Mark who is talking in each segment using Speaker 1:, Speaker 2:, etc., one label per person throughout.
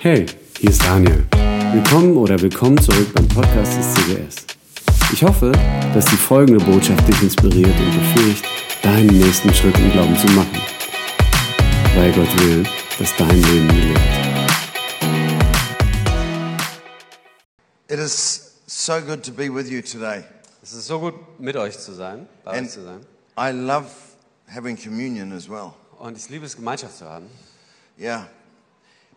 Speaker 1: Hey, hier ist Daniel. Willkommen oder willkommen zurück beim Podcast des CGS. Ich hoffe, dass die folgende Botschaft dich inspiriert und befähigt, deinen nächsten Schritt im Glauben zu machen. Weil Gott will, dass dein Leben gelingt.
Speaker 2: It is so good to be with you today.
Speaker 3: Es ist so gut, mit euch zu sein, bei
Speaker 2: And
Speaker 3: euch zu sein.
Speaker 2: I love having communion as well.
Speaker 3: Und ich liebe es, Gemeinschaft zu haben,
Speaker 2: Yeah.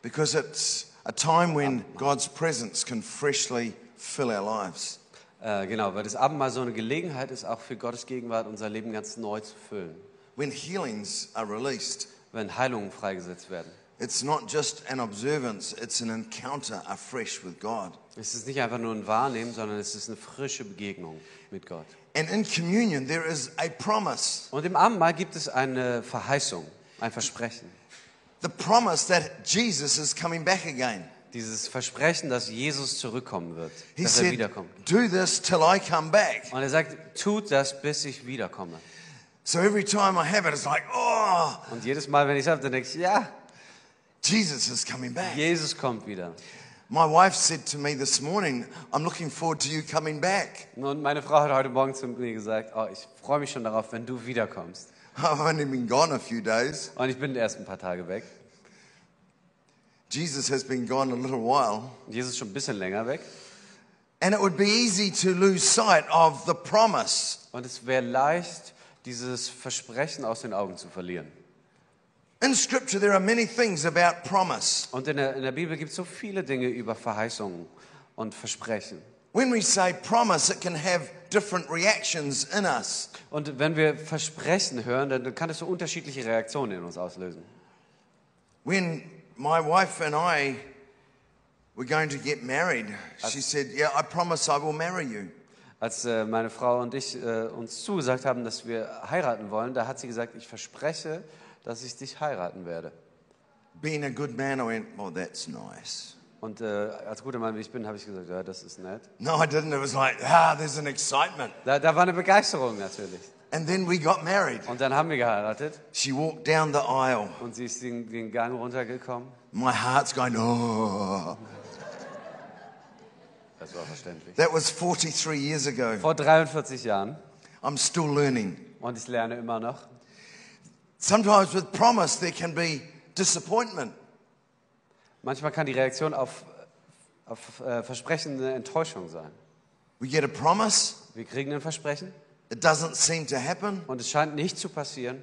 Speaker 2: Because it's a time when God's presence can freshly fill our lives.
Speaker 3: äh, genau, weil das Abendmahl so eine Gelegenheit ist, auch für Gottes Gegenwart unser Leben ganz neu zu füllen.
Speaker 2: When healings are released,
Speaker 3: Wenn Heilungen freigesetzt werden.
Speaker 2: it's not just an observance, it's an encounter afresh with God.
Speaker 3: Es ist nicht einfach nur ein Wahrnehmen, sondern es ist eine frische Begegnung mit Gott.
Speaker 2: And in communion, there is a promise
Speaker 3: Und im Abendmahl gibt es eine Verheißung, ein Versprechen.
Speaker 2: the promise that Jesus is coming back again.
Speaker 3: Dieses Versprechen, dass Jesus zurückkommen wird,
Speaker 2: He
Speaker 3: dass er
Speaker 2: said,
Speaker 3: wiederkommt.
Speaker 2: Do this till I come back.
Speaker 3: Und er sagt, tut das, bis ich wiederkomme.
Speaker 2: So every time I have it, it's like, Oh,
Speaker 3: Und jedes Mal, wenn ich es habe, dann denke ich, ja,
Speaker 2: Jesus is coming back.
Speaker 3: Jesus kommt wieder.
Speaker 2: My wife said to me this morning, I'm looking forward to you coming back.
Speaker 3: Und meine Frau hat heute Morgen zu mir gesagt, oh, ich freue mich schon darauf, wenn du wiederkommst.
Speaker 2: I've only been gone a few days.
Speaker 3: Und ich bin erst ein paar Tage weg.
Speaker 2: Jesus has been gone a little while.
Speaker 3: Und Jesus ist schon ein bisschen länger weg.
Speaker 2: And it would be easy to lose sight of the promise.
Speaker 3: Und es wäre leicht, dieses Versprechen aus den Augen zu verlieren.
Speaker 2: In Scripture, there are many things about promise.
Speaker 3: Und in der, in der Bibel gibt es so viele Dinge über Verheißungen und Versprechen.
Speaker 2: When we say promise, it can have different reactions in us.
Speaker 3: Und wenn wir Versprechen hören, dann kann es so unterschiedliche Reaktionen in uns auslösen.
Speaker 2: When my wife and I were going to get married, she said, Yeah, I promise I will marry you.
Speaker 3: Als äh, meine Frau und ich äh, uns zugesagt haben, dass wir heiraten wollen, da hat sie gesagt, ich verspreche, dass ich dich heiraten werde.
Speaker 2: Being a good man, I went, Oh, that's nice.
Speaker 3: Und äh, als guter Mann, wie ich bin, habe ich gesagt, ja, das ist nett.
Speaker 2: No, I didn't. It was like, ah, there's an excitement.
Speaker 3: Da, da war eine Begeisterung natürlich.
Speaker 2: And then we got married.
Speaker 3: Und dann haben wir geheiratet
Speaker 2: She walked down the aisle.
Speaker 3: und sie ist den, den Gang runtergekommen.
Speaker 2: My heart's going, oh.
Speaker 3: Das war verständlich.
Speaker 2: That was 43 years ago.
Speaker 3: Vor 43 Jahren
Speaker 2: I'm still learning.
Speaker 3: und ich lerne immer noch.
Speaker 2: Sometimes with promise, there can be disappointment.
Speaker 3: Manchmal kann die Reaktion auf, auf äh, Versprechen eine Enttäuschung sein.
Speaker 2: We get a promise,
Speaker 3: Wir kriegen ein Versprechen
Speaker 2: it doesn't seem to happen,
Speaker 3: und es scheint nicht zu passieren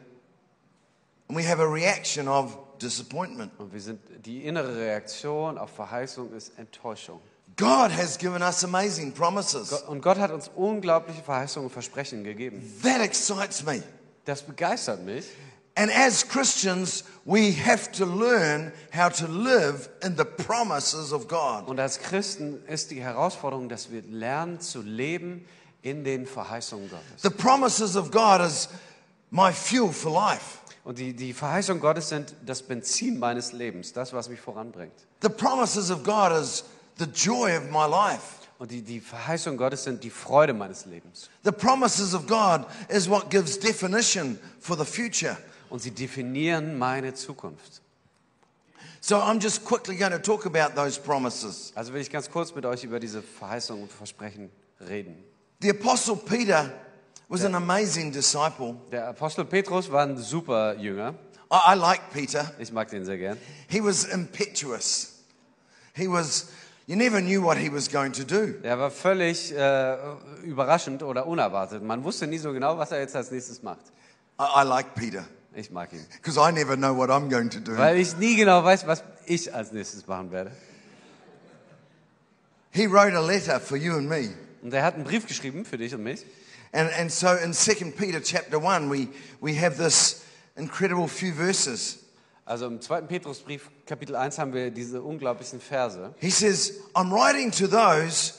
Speaker 2: and we have a reaction of disappointment.
Speaker 3: und wir sind die innere Reaktion auf Verheißung ist Enttäuschung.
Speaker 2: God has given us amazing promises.
Speaker 3: Go- Und Gott hat uns unglaubliche Verheißungen und Versprechen gegeben.
Speaker 2: That excites me.
Speaker 3: Das begeistert mich.
Speaker 2: And as Christians, we have to learn how to live in the promises of God.
Speaker 3: Und als Christen ist die Herausforderung, dass wir lernen zu leben in den Verheißungen Gottes.
Speaker 2: The promises of God is my fuel for life.
Speaker 3: Und die, die Verheißungen Gottes sind das Benzin meines Lebens, das, was mich voranbringt.
Speaker 2: The promises of God is the joy of my life.
Speaker 3: Und die, die Verheißungen Gottes sind die Freude meines Lebens.
Speaker 2: The promises of God is what gives definition for the future.
Speaker 3: Und sie definieren meine Zukunft.
Speaker 2: So I'm just quickly going to talk about those promises.
Speaker 3: Also will ich ganz kurz mit euch über diese Verheißungen und Versprechen reden.
Speaker 2: The apostle Peter was an amazing disciple.
Speaker 3: Der Apostel Petrus war ein super Jünger.
Speaker 2: I, I like Peter.
Speaker 3: Ich mag den sehr gern.
Speaker 2: He was impetuous. He was you never knew what he was going to do.
Speaker 3: Der war völlig äh, überraschend oder unerwartet. Man wusste nie so genau, was er jetzt als nächstes macht.
Speaker 2: I, I like Peter
Speaker 3: Ich mag ihn.
Speaker 2: because I never know what I'm going to do.
Speaker 3: Weil ich nie genau weiß, was ich als nächstes machen werde.
Speaker 2: He wrote a letter for you and me.
Speaker 3: Und er hat einen Brief geschrieben für dich und mich.
Speaker 2: And, and so in 2 Peter chapter 1, we, we have this incredible few verses.
Speaker 3: Also im 2. Petrusbrief, Kapitel 1, haben wir diese unglaublichen Verse.
Speaker 2: He says, I'm writing to those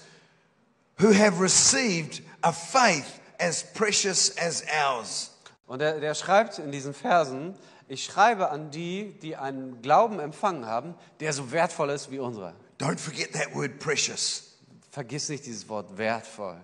Speaker 2: who have received a faith as precious as ours.
Speaker 3: Und er, der schreibt in diesen Versen, ich schreibe an die, die einen Glauben empfangen haben, der so wertvoll ist wie unserer.
Speaker 2: Don't forget that word precious.
Speaker 3: Vergiss nicht dieses Wort wertvoll.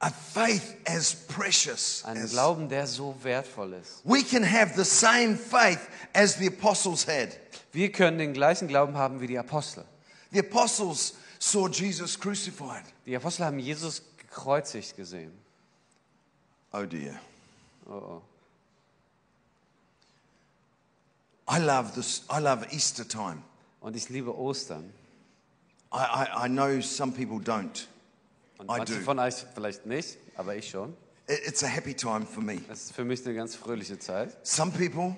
Speaker 2: A faith as precious
Speaker 3: Einen
Speaker 2: as
Speaker 3: Glauben, der so wertvoll ist.
Speaker 2: we can have the same faith as the apostles had.
Speaker 3: Wir können den gleichen Glauben haben wie die Apostel.
Speaker 2: The apostles saw Jesus crucified.
Speaker 3: Die Apostel haben Jesus gekreuzigt gesehen.
Speaker 2: Oh dear.
Speaker 3: Oh, oh.
Speaker 2: I love this I love Easter time.
Speaker 3: Und ich liebe Ostern.
Speaker 2: I, I, I know some people don't.
Speaker 3: Und
Speaker 2: I
Speaker 3: manche
Speaker 2: do.
Speaker 3: von euch vielleicht nicht, aber ich schon.
Speaker 2: It- It's a happy time for me.
Speaker 3: Es ist für mich eine ganz fröhliche Zeit.
Speaker 2: Some people,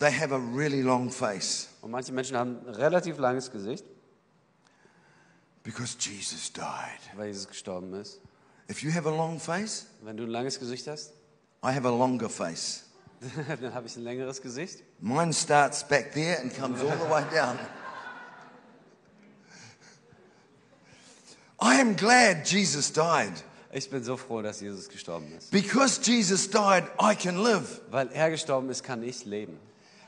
Speaker 2: they have a really long face
Speaker 3: Und manche Menschen haben ein relativ langes Gesicht,
Speaker 2: because Jesus died.
Speaker 3: weil Jesus gestorben ist.
Speaker 2: If you have a long face,
Speaker 3: Wenn du ein langes Gesicht hast,
Speaker 2: I have a longer face.
Speaker 3: dann habe ich ein längeres Gesicht.
Speaker 2: Mine starts back there and comes all the way down. I am glad Jesus died.
Speaker 3: Ich bin so froh, dass Jesus gestorben ist.
Speaker 2: Because Jesus died, I can live.
Speaker 3: Weil er gestorben ist, kann ich leben.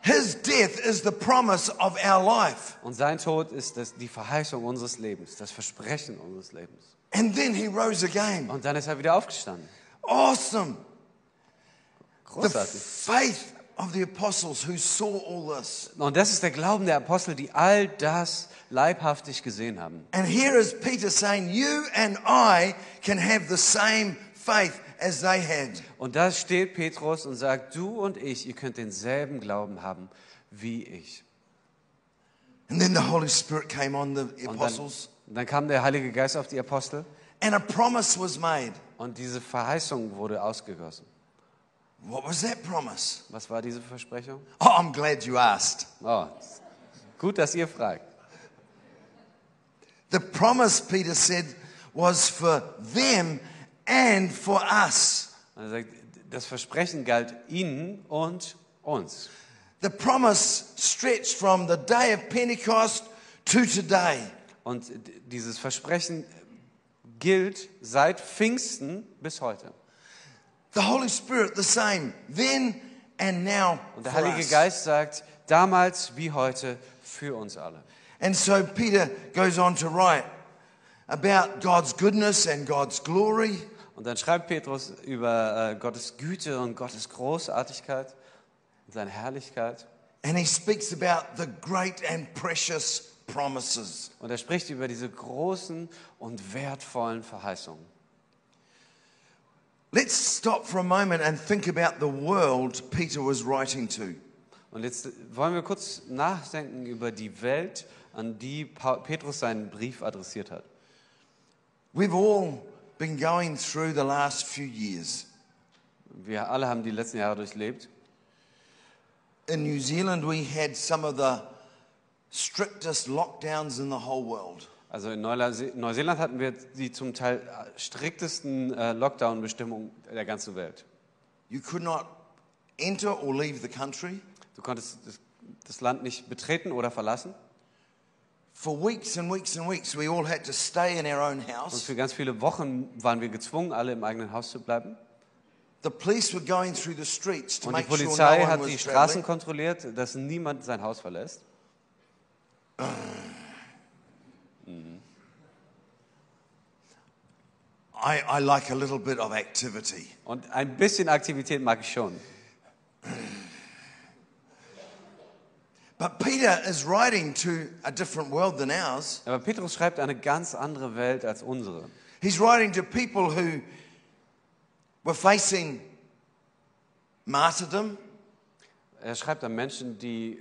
Speaker 2: His death is the promise of our life.
Speaker 3: Und sein Tod ist das, die Verheißung unseres Lebens, das Versprechen unseres Lebens.
Speaker 2: And then he rose again.
Speaker 3: Und dann ist er wieder aufgestanden.
Speaker 2: Awesome. The
Speaker 3: Großartig.
Speaker 2: faith of the apostles who saw all this.
Speaker 3: Und das ist der Glauben der Apostel, die all das leibhaftig gesehen haben.
Speaker 2: And here is Peter saying, You and I can have the same faith as they had.
Speaker 3: Und da steht Petrus und sagt, du und ich, ihr könnt denselben Glauben haben wie ich.
Speaker 2: And then the Holy Spirit came on the
Speaker 3: Und
Speaker 2: apostles.
Speaker 3: Dann, dann kam der Heilige Geist auf die Apostel
Speaker 2: And a promise was made.
Speaker 3: und diese Verheißung wurde ausgegossen.
Speaker 2: What was that promise?
Speaker 3: Was war diese Versprechung?
Speaker 2: Oh, I'm glad you asked.
Speaker 3: Oh, gut, dass ihr fragt.
Speaker 2: The promise, Peter said, was for them and for us.
Speaker 3: Und er sagt, das Versprechen galt ihnen und uns.
Speaker 2: The promise stretched from the day of Pentecost to today.
Speaker 3: Und d- dieses Versprechen gilt seit Pfingsten bis heute.
Speaker 2: The Holy Spirit, the same then and now.
Speaker 3: Und der
Speaker 2: for
Speaker 3: Heilige
Speaker 2: us.
Speaker 3: Geist sagt, damals wie heute für uns alle.
Speaker 2: And so Peter goes on to write about God's goodness and God's glory.
Speaker 3: Und dann schreibt Petrus über äh, Gottes Güte und Gottes Großartigkeit und seine Herrlichkeit.
Speaker 2: And he speaks about the great and precious promises.
Speaker 3: Und er spricht über diese großen und wertvollen Verheißungen.
Speaker 2: Let's stop for a moment and think about the world Peter was writing to.
Speaker 3: Und jetzt wollen wir kurz nachdenken über die Welt, an die Pa- Petrus seinen Brief adressiert hat.
Speaker 2: We've all been going through the last few years.
Speaker 3: Wir alle haben die letzten Jahre durchlebt.
Speaker 2: In New Zealand, we had some of the strictest lockdowns in the whole world.
Speaker 3: Also in Neulase- Neuseeland hatten wir die zum Teil striktesten äh, Lockdown-Bestimmungen der ganzen Welt.
Speaker 2: You could not enter or leave the country.
Speaker 3: Du konntest das, das Land nicht betreten oder verlassen.
Speaker 2: For weeks and weeks and weeks, we all had to stay in our own
Speaker 3: Und
Speaker 2: house.
Speaker 3: für ganz viele Wochen waren wir gezwungen, alle im eigenen Haus zu bleiben.
Speaker 2: The police were going through the streets to
Speaker 3: Und die
Speaker 2: make sure no
Speaker 3: Polizei
Speaker 2: one
Speaker 3: hat die
Speaker 2: was traveling.
Speaker 3: Straßen kontrolliert, dass niemand sein Haus verlässt.
Speaker 2: I, I like a little bit of activity.
Speaker 3: Und ein bisschen Aktivität mag ich schon.
Speaker 2: But Peter is writing to a different world than ours.
Speaker 3: Aber Petrus schreibt eine ganz andere Welt als unsere.
Speaker 2: He's writing to people who were facing martyrdom,
Speaker 3: Er schreibt an Menschen, die,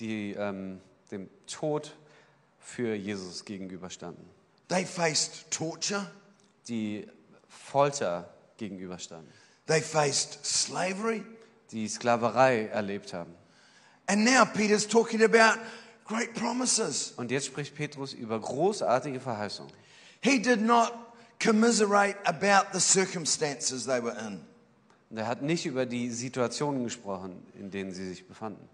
Speaker 3: die ähm, dem Tod für Jesus gegenüberstanden,
Speaker 2: they faced torture,
Speaker 3: die Folter gegenüberstanden,
Speaker 2: they faced slavery.
Speaker 3: die Sklaverei erlebt haben.
Speaker 2: And now Peter's talking about great promises.
Speaker 3: Und jetzt spricht Petrus über großartige Verheißungen.
Speaker 2: He did not commiserate about the circumstances they were in,
Speaker 3: Und er hat nicht über die Situationen gesprochen, in denen sie sich befanden.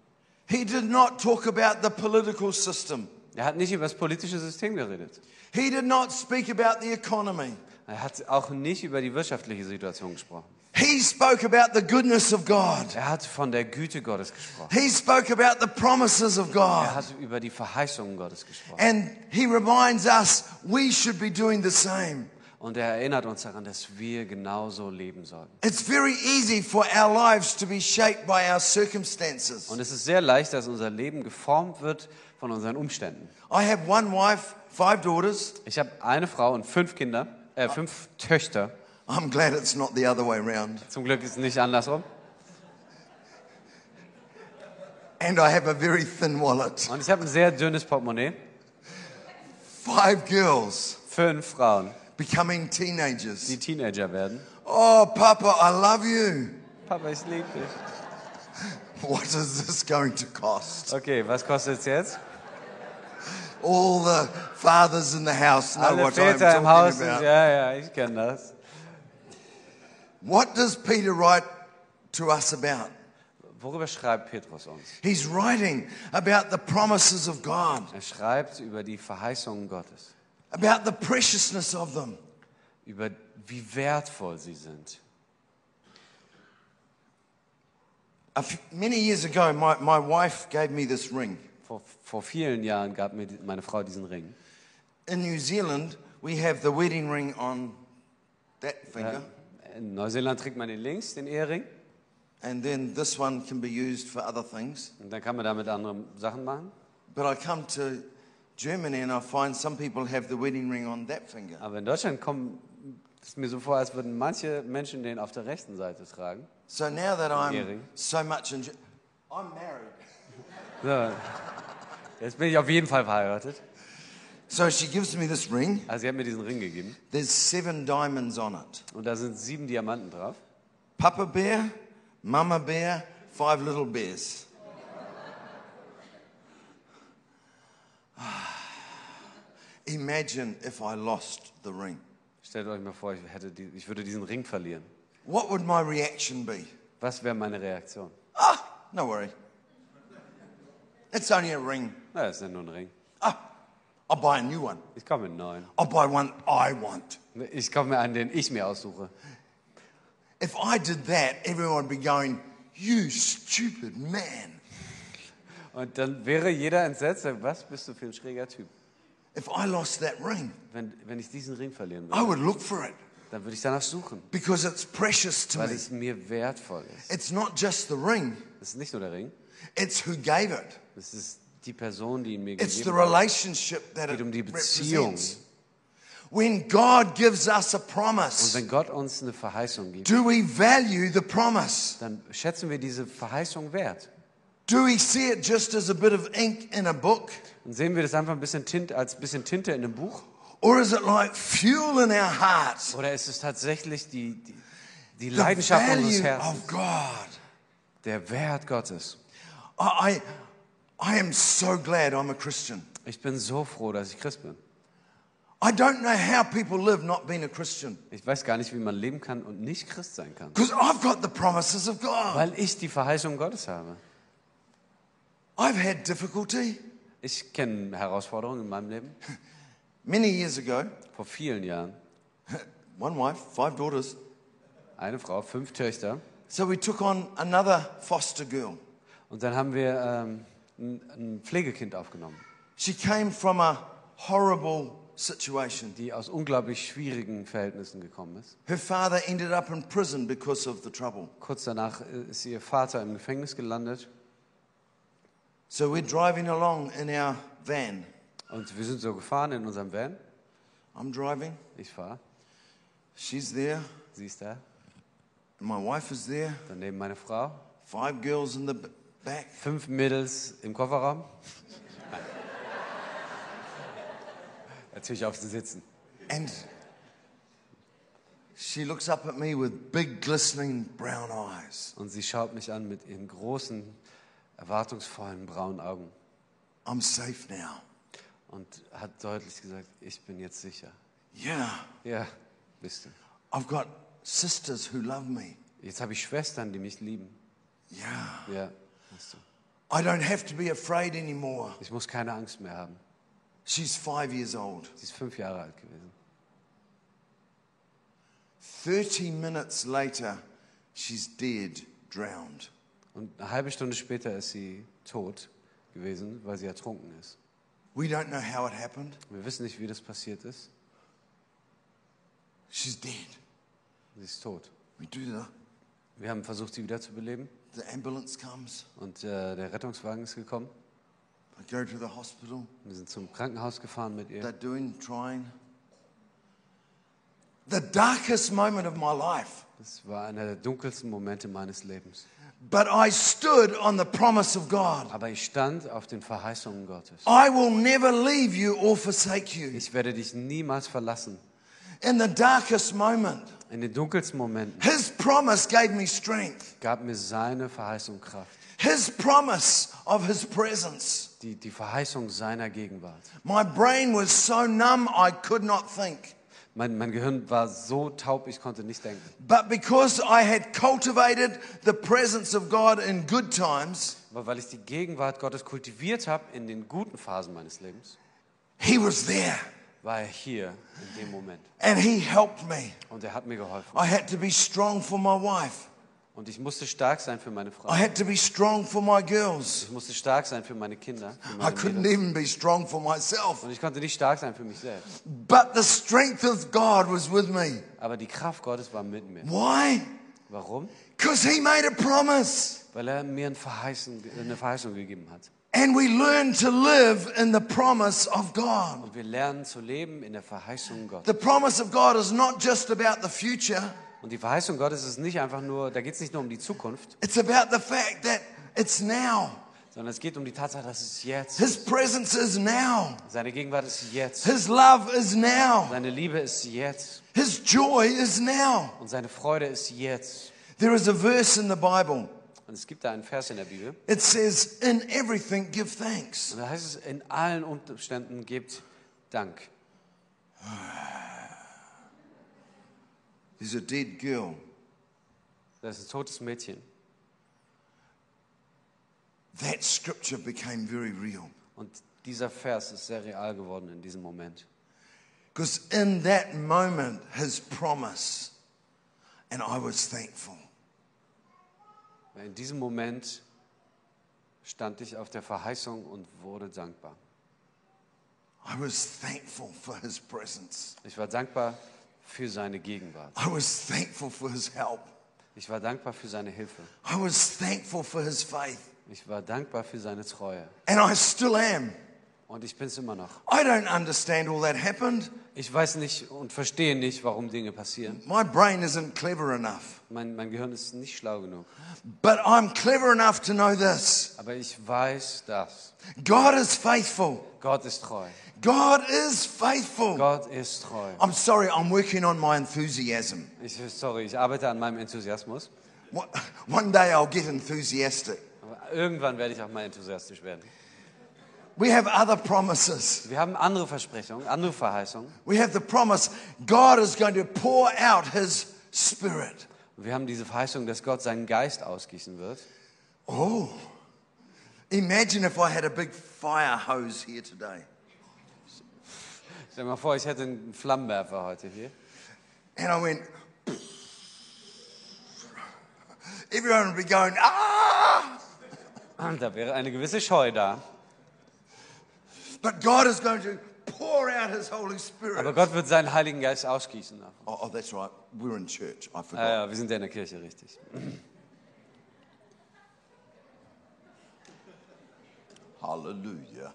Speaker 2: he did not talk about the political system,
Speaker 3: Er hat nicht über das politische System geredet.
Speaker 2: he did not speak about the economy.
Speaker 3: Er hat auch nicht über die wirtschaftliche Situation gesprochen.
Speaker 2: He spoke about the goodness of God.
Speaker 3: Er hat von der Güte Gottes gesprochen.
Speaker 2: He spoke about the promises of God.
Speaker 3: Er hat über die Verheißungen Gottes gesprochen.
Speaker 2: And he reminds us we should be doing the same.
Speaker 3: Und er erinnert uns daran, dass wir genauso leben sollten.
Speaker 2: It's very easy for our lives to be shaped by our circumstances.
Speaker 3: Und es ist sehr leicht, dass unser Leben geformt wird von unseren Umständen.
Speaker 2: I have one wife, five daughters.
Speaker 3: Ich habe eine Frau und fünf Kinder, äh, fünf Töchter.
Speaker 2: I'm glad it's not the other way around.
Speaker 3: Zum Glück ist es nicht andersrum.
Speaker 2: And I have a very thin wallet.
Speaker 3: Und ich habe ein sehr dünnes Portemonnaie.
Speaker 2: Five girls
Speaker 3: Fünf Frauen,
Speaker 2: becoming
Speaker 3: die
Speaker 2: teenagers.
Speaker 3: Teenager werden.
Speaker 2: Oh, Papa, I love you.
Speaker 3: Papa, ich liebe dich.
Speaker 2: What is this going to cost?
Speaker 3: Okay, was kostet es jetzt?
Speaker 2: All the fathers in the house know
Speaker 3: Alle
Speaker 2: what I'm
Speaker 3: Väter
Speaker 2: talking
Speaker 3: im Haus sind,
Speaker 2: about.
Speaker 3: ja, ja, ich kenne das.
Speaker 2: What does Peter write to us about?
Speaker 3: Worüber schreibt Petrus uns?
Speaker 2: He's writing about the promises of God,
Speaker 3: Er schreibt über die Verheißungen Gottes,
Speaker 2: about the preciousness of them.
Speaker 3: über wie wertvoll sie sind.
Speaker 2: A f- many years ago, my, my wife gave me this ring.
Speaker 3: Vor, vor vielen Jahren gab mir die, meine Frau diesen Ring.
Speaker 2: In New Zealand, we have the wedding ring on that finger,
Speaker 3: In Neuseeland trägt man den links, den Ehering,
Speaker 2: and then this one can be used for other things.
Speaker 3: und dann kann man damit andere Sachen machen.
Speaker 2: But I come to Germany and I find some people have the wedding ring on that finger.
Speaker 3: Aber in Deutschland kommen es mir so vor, als würden manche Menschen den auf der rechten Seite tragen.
Speaker 2: So now that I'm
Speaker 3: Earring.
Speaker 2: so much in, Ge- I'm married.
Speaker 3: So. Jetzt bin ich auf jeden Fall verheiratet.
Speaker 2: So she gives me this ring.
Speaker 3: Also sie hat mir diesen Ring gegeben
Speaker 2: There's seven diamonds on it.
Speaker 3: und da sind sieben Diamanten drauf.
Speaker 2: Papa bear, mama bear, five little bears. Imagine if I lost the ring.
Speaker 3: Stellt euch mal vor, ich, hätte die, ich würde diesen Ring verlieren.
Speaker 2: What would my reaction be?
Speaker 3: Was wäre meine Reaktion?
Speaker 2: Ah, no worry. It's only a ring.
Speaker 3: Na, das ist ja nur ein Ring.
Speaker 2: Ah, I'll buy a new one.
Speaker 3: Ich komme mit einem neuen.
Speaker 2: I'll buy one I want.
Speaker 3: Ich komme mir einen, den ich mir aussuche.
Speaker 2: If I did that, everyone would be going, You stupid man.
Speaker 3: Und dann wäre jeder entsetzt, sagt, was bist du für ein schräger Typ?
Speaker 2: If I lost that ring,
Speaker 3: Wenn, wenn ich diesen Ring verlieren
Speaker 2: I
Speaker 3: würde,
Speaker 2: would look for it
Speaker 3: dann würde ich danach suchen,
Speaker 2: because it's precious to
Speaker 3: weil
Speaker 2: me.
Speaker 3: es mir wertvoll ist.
Speaker 2: It's not just the ring,
Speaker 3: Es ist nicht nur der Ring,
Speaker 2: it's who gave it.
Speaker 3: es ist die Person, die ihn mir
Speaker 2: It's the
Speaker 3: gegeben hat.
Speaker 2: relationship that
Speaker 3: Es
Speaker 2: it
Speaker 3: geht um die Beziehung.
Speaker 2: represents. When God gives us a
Speaker 3: Und
Speaker 2: promise,
Speaker 3: wenn Gott uns eine Verheißung gibt,
Speaker 2: do we value the promise?
Speaker 3: dann schätzen wir diese Verheißung wert.
Speaker 2: Do we see it just as a bit of ink in a book?
Speaker 3: Dann sehen wir das einfach ein bisschen Tint, als ein bisschen Tinte in einem Buch.
Speaker 2: Or is it like fuel in our hearts?
Speaker 3: Oder ist es tatsächlich die, die,
Speaker 2: The
Speaker 3: die Leidenschaft
Speaker 2: value
Speaker 3: unseres Herzens,
Speaker 2: of God.
Speaker 3: der Wert Gottes?
Speaker 2: I, I, I am so glad I'm a Christian.
Speaker 3: Ich bin so froh, dass ich Christ bin.
Speaker 2: I don't know how people live not being a Christian
Speaker 3: Ich weiß gar nicht, wie man leben kann und nicht Christ sein kann,
Speaker 2: because I've got the promises of God.
Speaker 3: weil ich die Verheißung Gottes habe.
Speaker 2: I've had difficulty.
Speaker 3: Ich kenne Herausforderungen in meinem Leben.
Speaker 2: Many years ago,
Speaker 3: Vor vielen Jahren
Speaker 2: one wife, five daughters.
Speaker 3: eine Frau, fünf Töchter.
Speaker 2: So we took on another foster girl.
Speaker 3: Und dann haben wir ähm, ein, ein Pflegekind aufgenommen,
Speaker 2: She came from a horrible situation.
Speaker 3: die aus unglaublich schwierigen Verhältnissen gekommen ist.
Speaker 2: Her father ended up in prison because of the trouble.
Speaker 3: Kurz danach äh, ist ihr Vater im Gefängnis gelandet.
Speaker 2: So we're driving along in our van.
Speaker 3: Und wir sind so gefahren in unserem Van.
Speaker 2: I'm driving,
Speaker 3: Ich fahre,
Speaker 2: she's there,
Speaker 3: sie ist da,
Speaker 2: and my wife is there,
Speaker 3: daneben meine Frau,
Speaker 2: five girls in the b- back.
Speaker 3: fünf Mädels im Kofferraum. Natürlich auf den Sitzen.
Speaker 2: And she looks up at me with big, glistening brown eyes.
Speaker 3: Und sie schaut mich an mit ihren großen, erwartungsvollen braunen Augen
Speaker 2: I'm safe now.
Speaker 3: und hat deutlich gesagt, ich bin jetzt sicher.
Speaker 2: Yeah,
Speaker 3: Ja, bist du.
Speaker 2: I've got sisters who love me.
Speaker 3: Jetzt habe ich Schwestern, die mich lieben.
Speaker 2: Yeah,
Speaker 3: Ja, hast du.
Speaker 2: I don't have to be afraid anymore.
Speaker 3: Ich muss keine Angst mehr haben.
Speaker 2: She's five years old.
Speaker 3: Sie ist fünf Jahre alt gewesen.
Speaker 2: 30 minutes later, she's dead, drowned.
Speaker 3: Und eine halbe Stunde später ist sie tot gewesen, weil sie ertrunken ist.
Speaker 2: We don't know how it happened.
Speaker 3: Wir wissen nicht, wie das passiert ist.
Speaker 2: She's dead.
Speaker 3: Sie ist tot.
Speaker 2: We do the,
Speaker 3: Wir haben versucht, sie wiederzubeleben
Speaker 2: the ambulance comes.
Speaker 3: und äh, der Rettungswagen ist gekommen.
Speaker 2: I go to the hospital.
Speaker 3: Wir sind zum Krankenhaus gefahren mit ihr.
Speaker 2: They're doing trying. The darkest moment of my life.
Speaker 3: Das war einer der dunkelsten Momente meines Lebens.
Speaker 2: But I stood on the promise of God.
Speaker 3: Aber ich stand auf den Verheißungen Gottes.
Speaker 2: I will never leave you or forsake you.
Speaker 3: Ich werde dich niemals verlassen.
Speaker 2: In the darkest moment,
Speaker 3: In den dunkelsten Momenten
Speaker 2: His promise gave me strength.
Speaker 3: gab mir seine Verheißung Kraft.
Speaker 2: His promise of His presence.
Speaker 3: Die, die Verheißung seiner Gegenwart.
Speaker 2: My brain was so numb I could not think.
Speaker 3: Mein, mein Gehirn war so taub, ich konnte nicht denken.
Speaker 2: But because I had cultivated the presence of God in good times,
Speaker 3: Aber weil ich die Gegenwart Gottes kultiviert habe in den guten Phasen meines Lebens,
Speaker 2: He was there
Speaker 3: war er hier in dem Moment.
Speaker 2: and He helped me.
Speaker 3: Und er hat mir geholfen.
Speaker 2: I had to be strong for my wife.
Speaker 3: Und ich musste stark sein für meine Frau.
Speaker 2: I had to be strong for my girls.
Speaker 3: Ich musste stark sein für meine Kinder. Für
Speaker 2: I
Speaker 3: meine
Speaker 2: couldn't
Speaker 3: Mädels.
Speaker 2: even be strong for myself.
Speaker 3: Und ich konnte nicht stark sein für mich selbst.
Speaker 2: But the strength of God was with me.
Speaker 3: Aber die Kraft Gottes war mit mir.
Speaker 2: Why?
Speaker 3: Warum?
Speaker 2: Because He made a promise.
Speaker 3: Weil er mir ein Verheißen, eine Verheißung gegeben hat.
Speaker 2: And we learn to live in the promise of God.
Speaker 3: Und wir lernen zu leben in der Verheißung Gottes.
Speaker 2: The promise of God is not just about the future,
Speaker 3: Und die Verheißung Gottes ist nicht einfach nur, da geht es nicht nur um die Zukunft,
Speaker 2: it's about the fact that it's now.
Speaker 3: sondern es geht um die Tatsache, dass es jetzt
Speaker 2: His presence is now.
Speaker 3: Seine Gegenwart ist jetzt.
Speaker 2: His love is now.
Speaker 3: Seine Liebe ist jetzt.
Speaker 2: His joy is now.
Speaker 3: Und seine Freude ist jetzt.
Speaker 2: There is a verse in the Bible.
Speaker 3: Und es gibt da einen Vers in der Bibel.
Speaker 2: It says, In everything give thanks.
Speaker 3: Und da heißt es, in allen Umständen gebt Dank.
Speaker 2: There's a dead girl.
Speaker 3: Da ist ein totes Mädchen.
Speaker 2: That scripture became very real.
Speaker 3: Und dieser Vers ist sehr real geworden in diesem Moment.
Speaker 2: Because in that moment, his promise, and I was thankful.
Speaker 3: Weil In diesem Moment stand ich auf der Verheißung und wurde dankbar.
Speaker 2: I was thankful for his presence.
Speaker 3: Ich war dankbar für seine Gegenwart.
Speaker 2: I was thankful for his help.
Speaker 3: Ich war dankbar für seine Hilfe.
Speaker 2: I was thankful for his faith.
Speaker 3: Ich war dankbar für seine Treue.
Speaker 2: And I still am.
Speaker 3: Und ich bin es immer noch.
Speaker 2: I don't understand all that happened.
Speaker 3: Ich weiß nicht und verstehe nicht, warum Dinge passieren.
Speaker 2: My brain isn't clever enough.
Speaker 3: Mein, mein Gehirn ist nicht schlau genug.
Speaker 2: But I'm clever enough to know this
Speaker 3: Aber ich weiß das.
Speaker 2: God is faithful.
Speaker 3: Gott ist treu.
Speaker 2: God is faithful.
Speaker 3: Gott ist treu.
Speaker 2: I'm sorry, I'm working on my enthusiasm.
Speaker 3: Ich, sorry, ich arbeite an meinem Enthusiasmus.
Speaker 2: One- One day I'll get enthusiastic.
Speaker 3: Aber irgendwann werde ich auch mal enthusiastisch werden.
Speaker 2: We have other promises.
Speaker 3: Wir haben andere Versprechungen, andere Verheißungen.
Speaker 2: We have the promise God is going to pour out His Spirit.
Speaker 3: Wir haben diese Verheißung, dass Gott seinen Geist ausgießen wird.
Speaker 2: Oh, imagine if I had a big fire hose here today
Speaker 3: Stell dir mal vor, ich hätte einen Flammenwerfer heute hier.
Speaker 2: and I went, everyone would be going, ah!
Speaker 3: Da wäre eine gewisse Scheu da.
Speaker 2: But God is going to pour out His Holy Spirit.
Speaker 3: Aber Gott wird seinen Heiligen Geist ausgießen.
Speaker 2: Oh, oh, that's right. We're in church. I forgot.
Speaker 3: Ah, ja, wir sind ja in der Kirche, richtig.
Speaker 2: Hallelujah.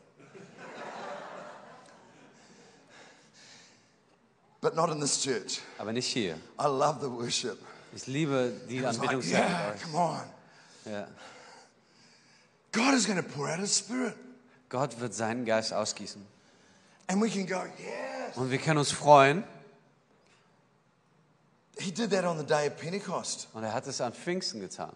Speaker 2: but not in this church.
Speaker 3: Aber nicht hier.
Speaker 2: I love the worship.
Speaker 3: Ich liebe die
Speaker 2: It's like,
Speaker 3: Anbetungszeit. mit
Speaker 2: yeah,
Speaker 3: euch.
Speaker 2: come on.
Speaker 3: Ja.
Speaker 2: God is going to pour out His Spirit.
Speaker 3: Gott wird seinen Geist ausgießen.
Speaker 2: And we can go, yes.
Speaker 3: Und wir können uns freuen.
Speaker 2: He did that on the day of Pentecost,
Speaker 3: Und er hat es an Pfingsten getan.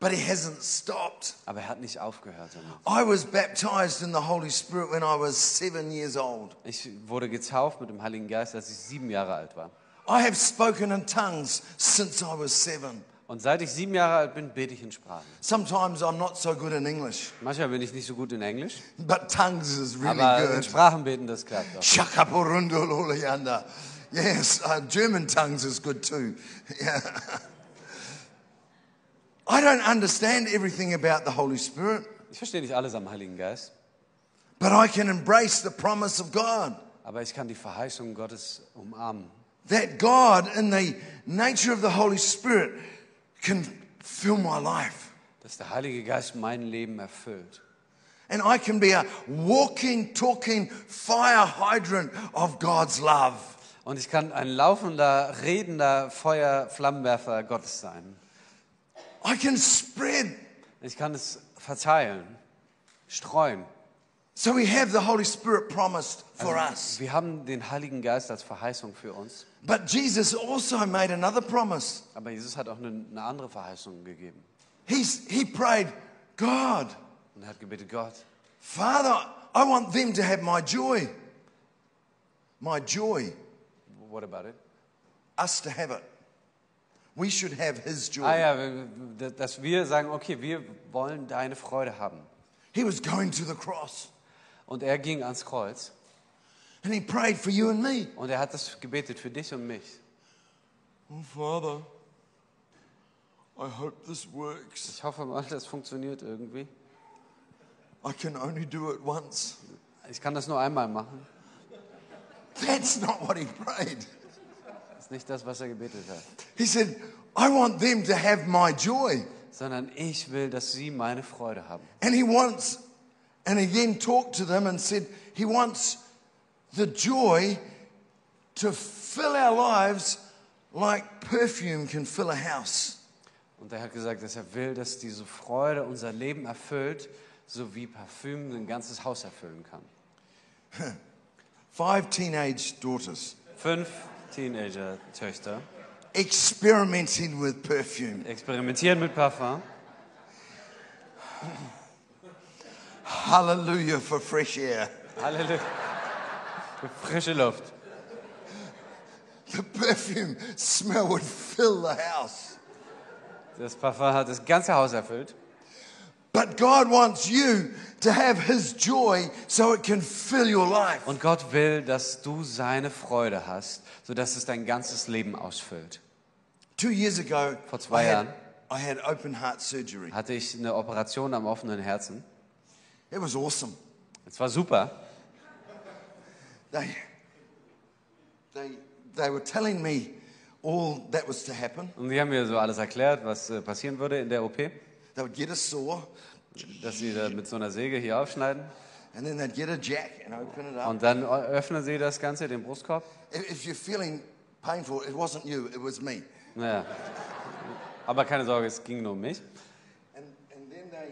Speaker 2: but He hasn't stopped.
Speaker 3: Aber er hat nicht aufgehört damit.
Speaker 2: I was baptized in the Holy Spirit when I was seven years old.
Speaker 3: Ich wurde getauft mit dem Heiligen Geist, als ich sieben Jahre alt war.
Speaker 2: I have spoken in tongues since I was seven.
Speaker 3: Und seit ich sieben Jahre alt bin, bete ich in Sprachen.
Speaker 2: Sometimes I'm not so good in English,
Speaker 3: Manchmal bin ich nicht so gut in Englisch,
Speaker 2: but tongues is really
Speaker 3: aber in
Speaker 2: good.
Speaker 3: Sprachen beten, das klappt auch.
Speaker 2: Shakaporundololianda. Yes, uh, German tongues is good too. Yeah. I don't understand everything about the Holy Spirit,
Speaker 3: Ich verstehe nicht alles am Heiligen Geist,
Speaker 2: but I can embrace the promise of God.
Speaker 3: aber ich kann die Verheißung Gottes umarmen.
Speaker 2: that God and the nature of the Holy Spirit can fill my life.
Speaker 3: dass der Heilige Geist mein Leben erfüllt.
Speaker 2: And I can be a walking, talking fire hydrant of God's love.
Speaker 3: Und ich kann ein laufender, redender Feuer-Flammenwerfer Gottes sein.
Speaker 2: I can spread.
Speaker 3: Ich kann es verteilen, streuen.
Speaker 2: So we have the Holy Spirit promised for us.
Speaker 3: Wir haben den Heiligen Geist als Verheißung für uns.
Speaker 2: But Jesus also made another promise.
Speaker 3: Aber Jesus hat auch eine, eine andere Verheißung gegeben.
Speaker 2: He's, he prayed, God,
Speaker 3: Und er hat gebetet, Gott,
Speaker 2: Father, I want them to have my joy. My joy,
Speaker 3: what about it?
Speaker 2: us to have it. We should have His joy.
Speaker 3: Ah ja, wir- dass wir sagen, okay, wir wollen deine Freude haben.
Speaker 2: He was going to the cross
Speaker 3: Und er ging ans Kreuz
Speaker 2: and He prayed for you and me.
Speaker 3: und er hat das gebetet für dich und mich.
Speaker 2: Oh, Father, I hope this works.
Speaker 3: Ich hoffe mal, das funktioniert irgendwie.
Speaker 2: I can only do it once.
Speaker 3: Ich kann das nur einmal machen.
Speaker 2: That's not what He prayed.
Speaker 3: Das ist nicht das, was er gebetet hat.
Speaker 2: He said, I want them to have my joy.
Speaker 3: sondern ich will, dass sie meine Freude haben.
Speaker 2: And he wants, and he then talked to them and said, he wants the joy to fill our lives like perfume can fill a house.
Speaker 3: Und er hat gesagt, dass er will, dass diese Freude unser Leben erfüllt, so wie Parfüm ein ganzes Haus erfüllen kann.
Speaker 2: Five teenage daughters
Speaker 3: Fünf Teenager-Töchter
Speaker 2: experimenting with perfume.
Speaker 3: experimentieren mit Parfum.
Speaker 2: Hallelujah for fresh air.
Speaker 3: Halleluja. Frische Luft.
Speaker 2: The perfume smell would fill the house.
Speaker 3: Das Parfum hat das ganze Haus erfüllt.
Speaker 2: But God wants you to have his joy so it can fill your life.
Speaker 3: Und Gott will, dass du seine Freude hast, sodass es dein ganzes Leben ausfüllt.
Speaker 2: Two years ago,
Speaker 3: Vor zwei
Speaker 2: I, had,
Speaker 3: Jahren.
Speaker 2: I had open heart surgery.
Speaker 3: Hatte ich eine Operation am offenen Herzen.
Speaker 2: It was awesome.
Speaker 3: Es war super.
Speaker 2: They, they, they were telling me all that was to happen.
Speaker 3: Und sie haben mir so alles erklärt, was äh, passieren würde in der OP.
Speaker 2: They would get a saw,
Speaker 3: dass sie da mit so einer Säge hier aufschneiden
Speaker 2: and then they'd get a jack and open it up.
Speaker 3: und dann ö- öffnen sie das Ganze, den Brustkorb.
Speaker 2: If, if you're feeling painful, it wasn't you, it was me.
Speaker 3: Naja. Aber keine Sorge, es ging nur um mich.
Speaker 2: And, and then they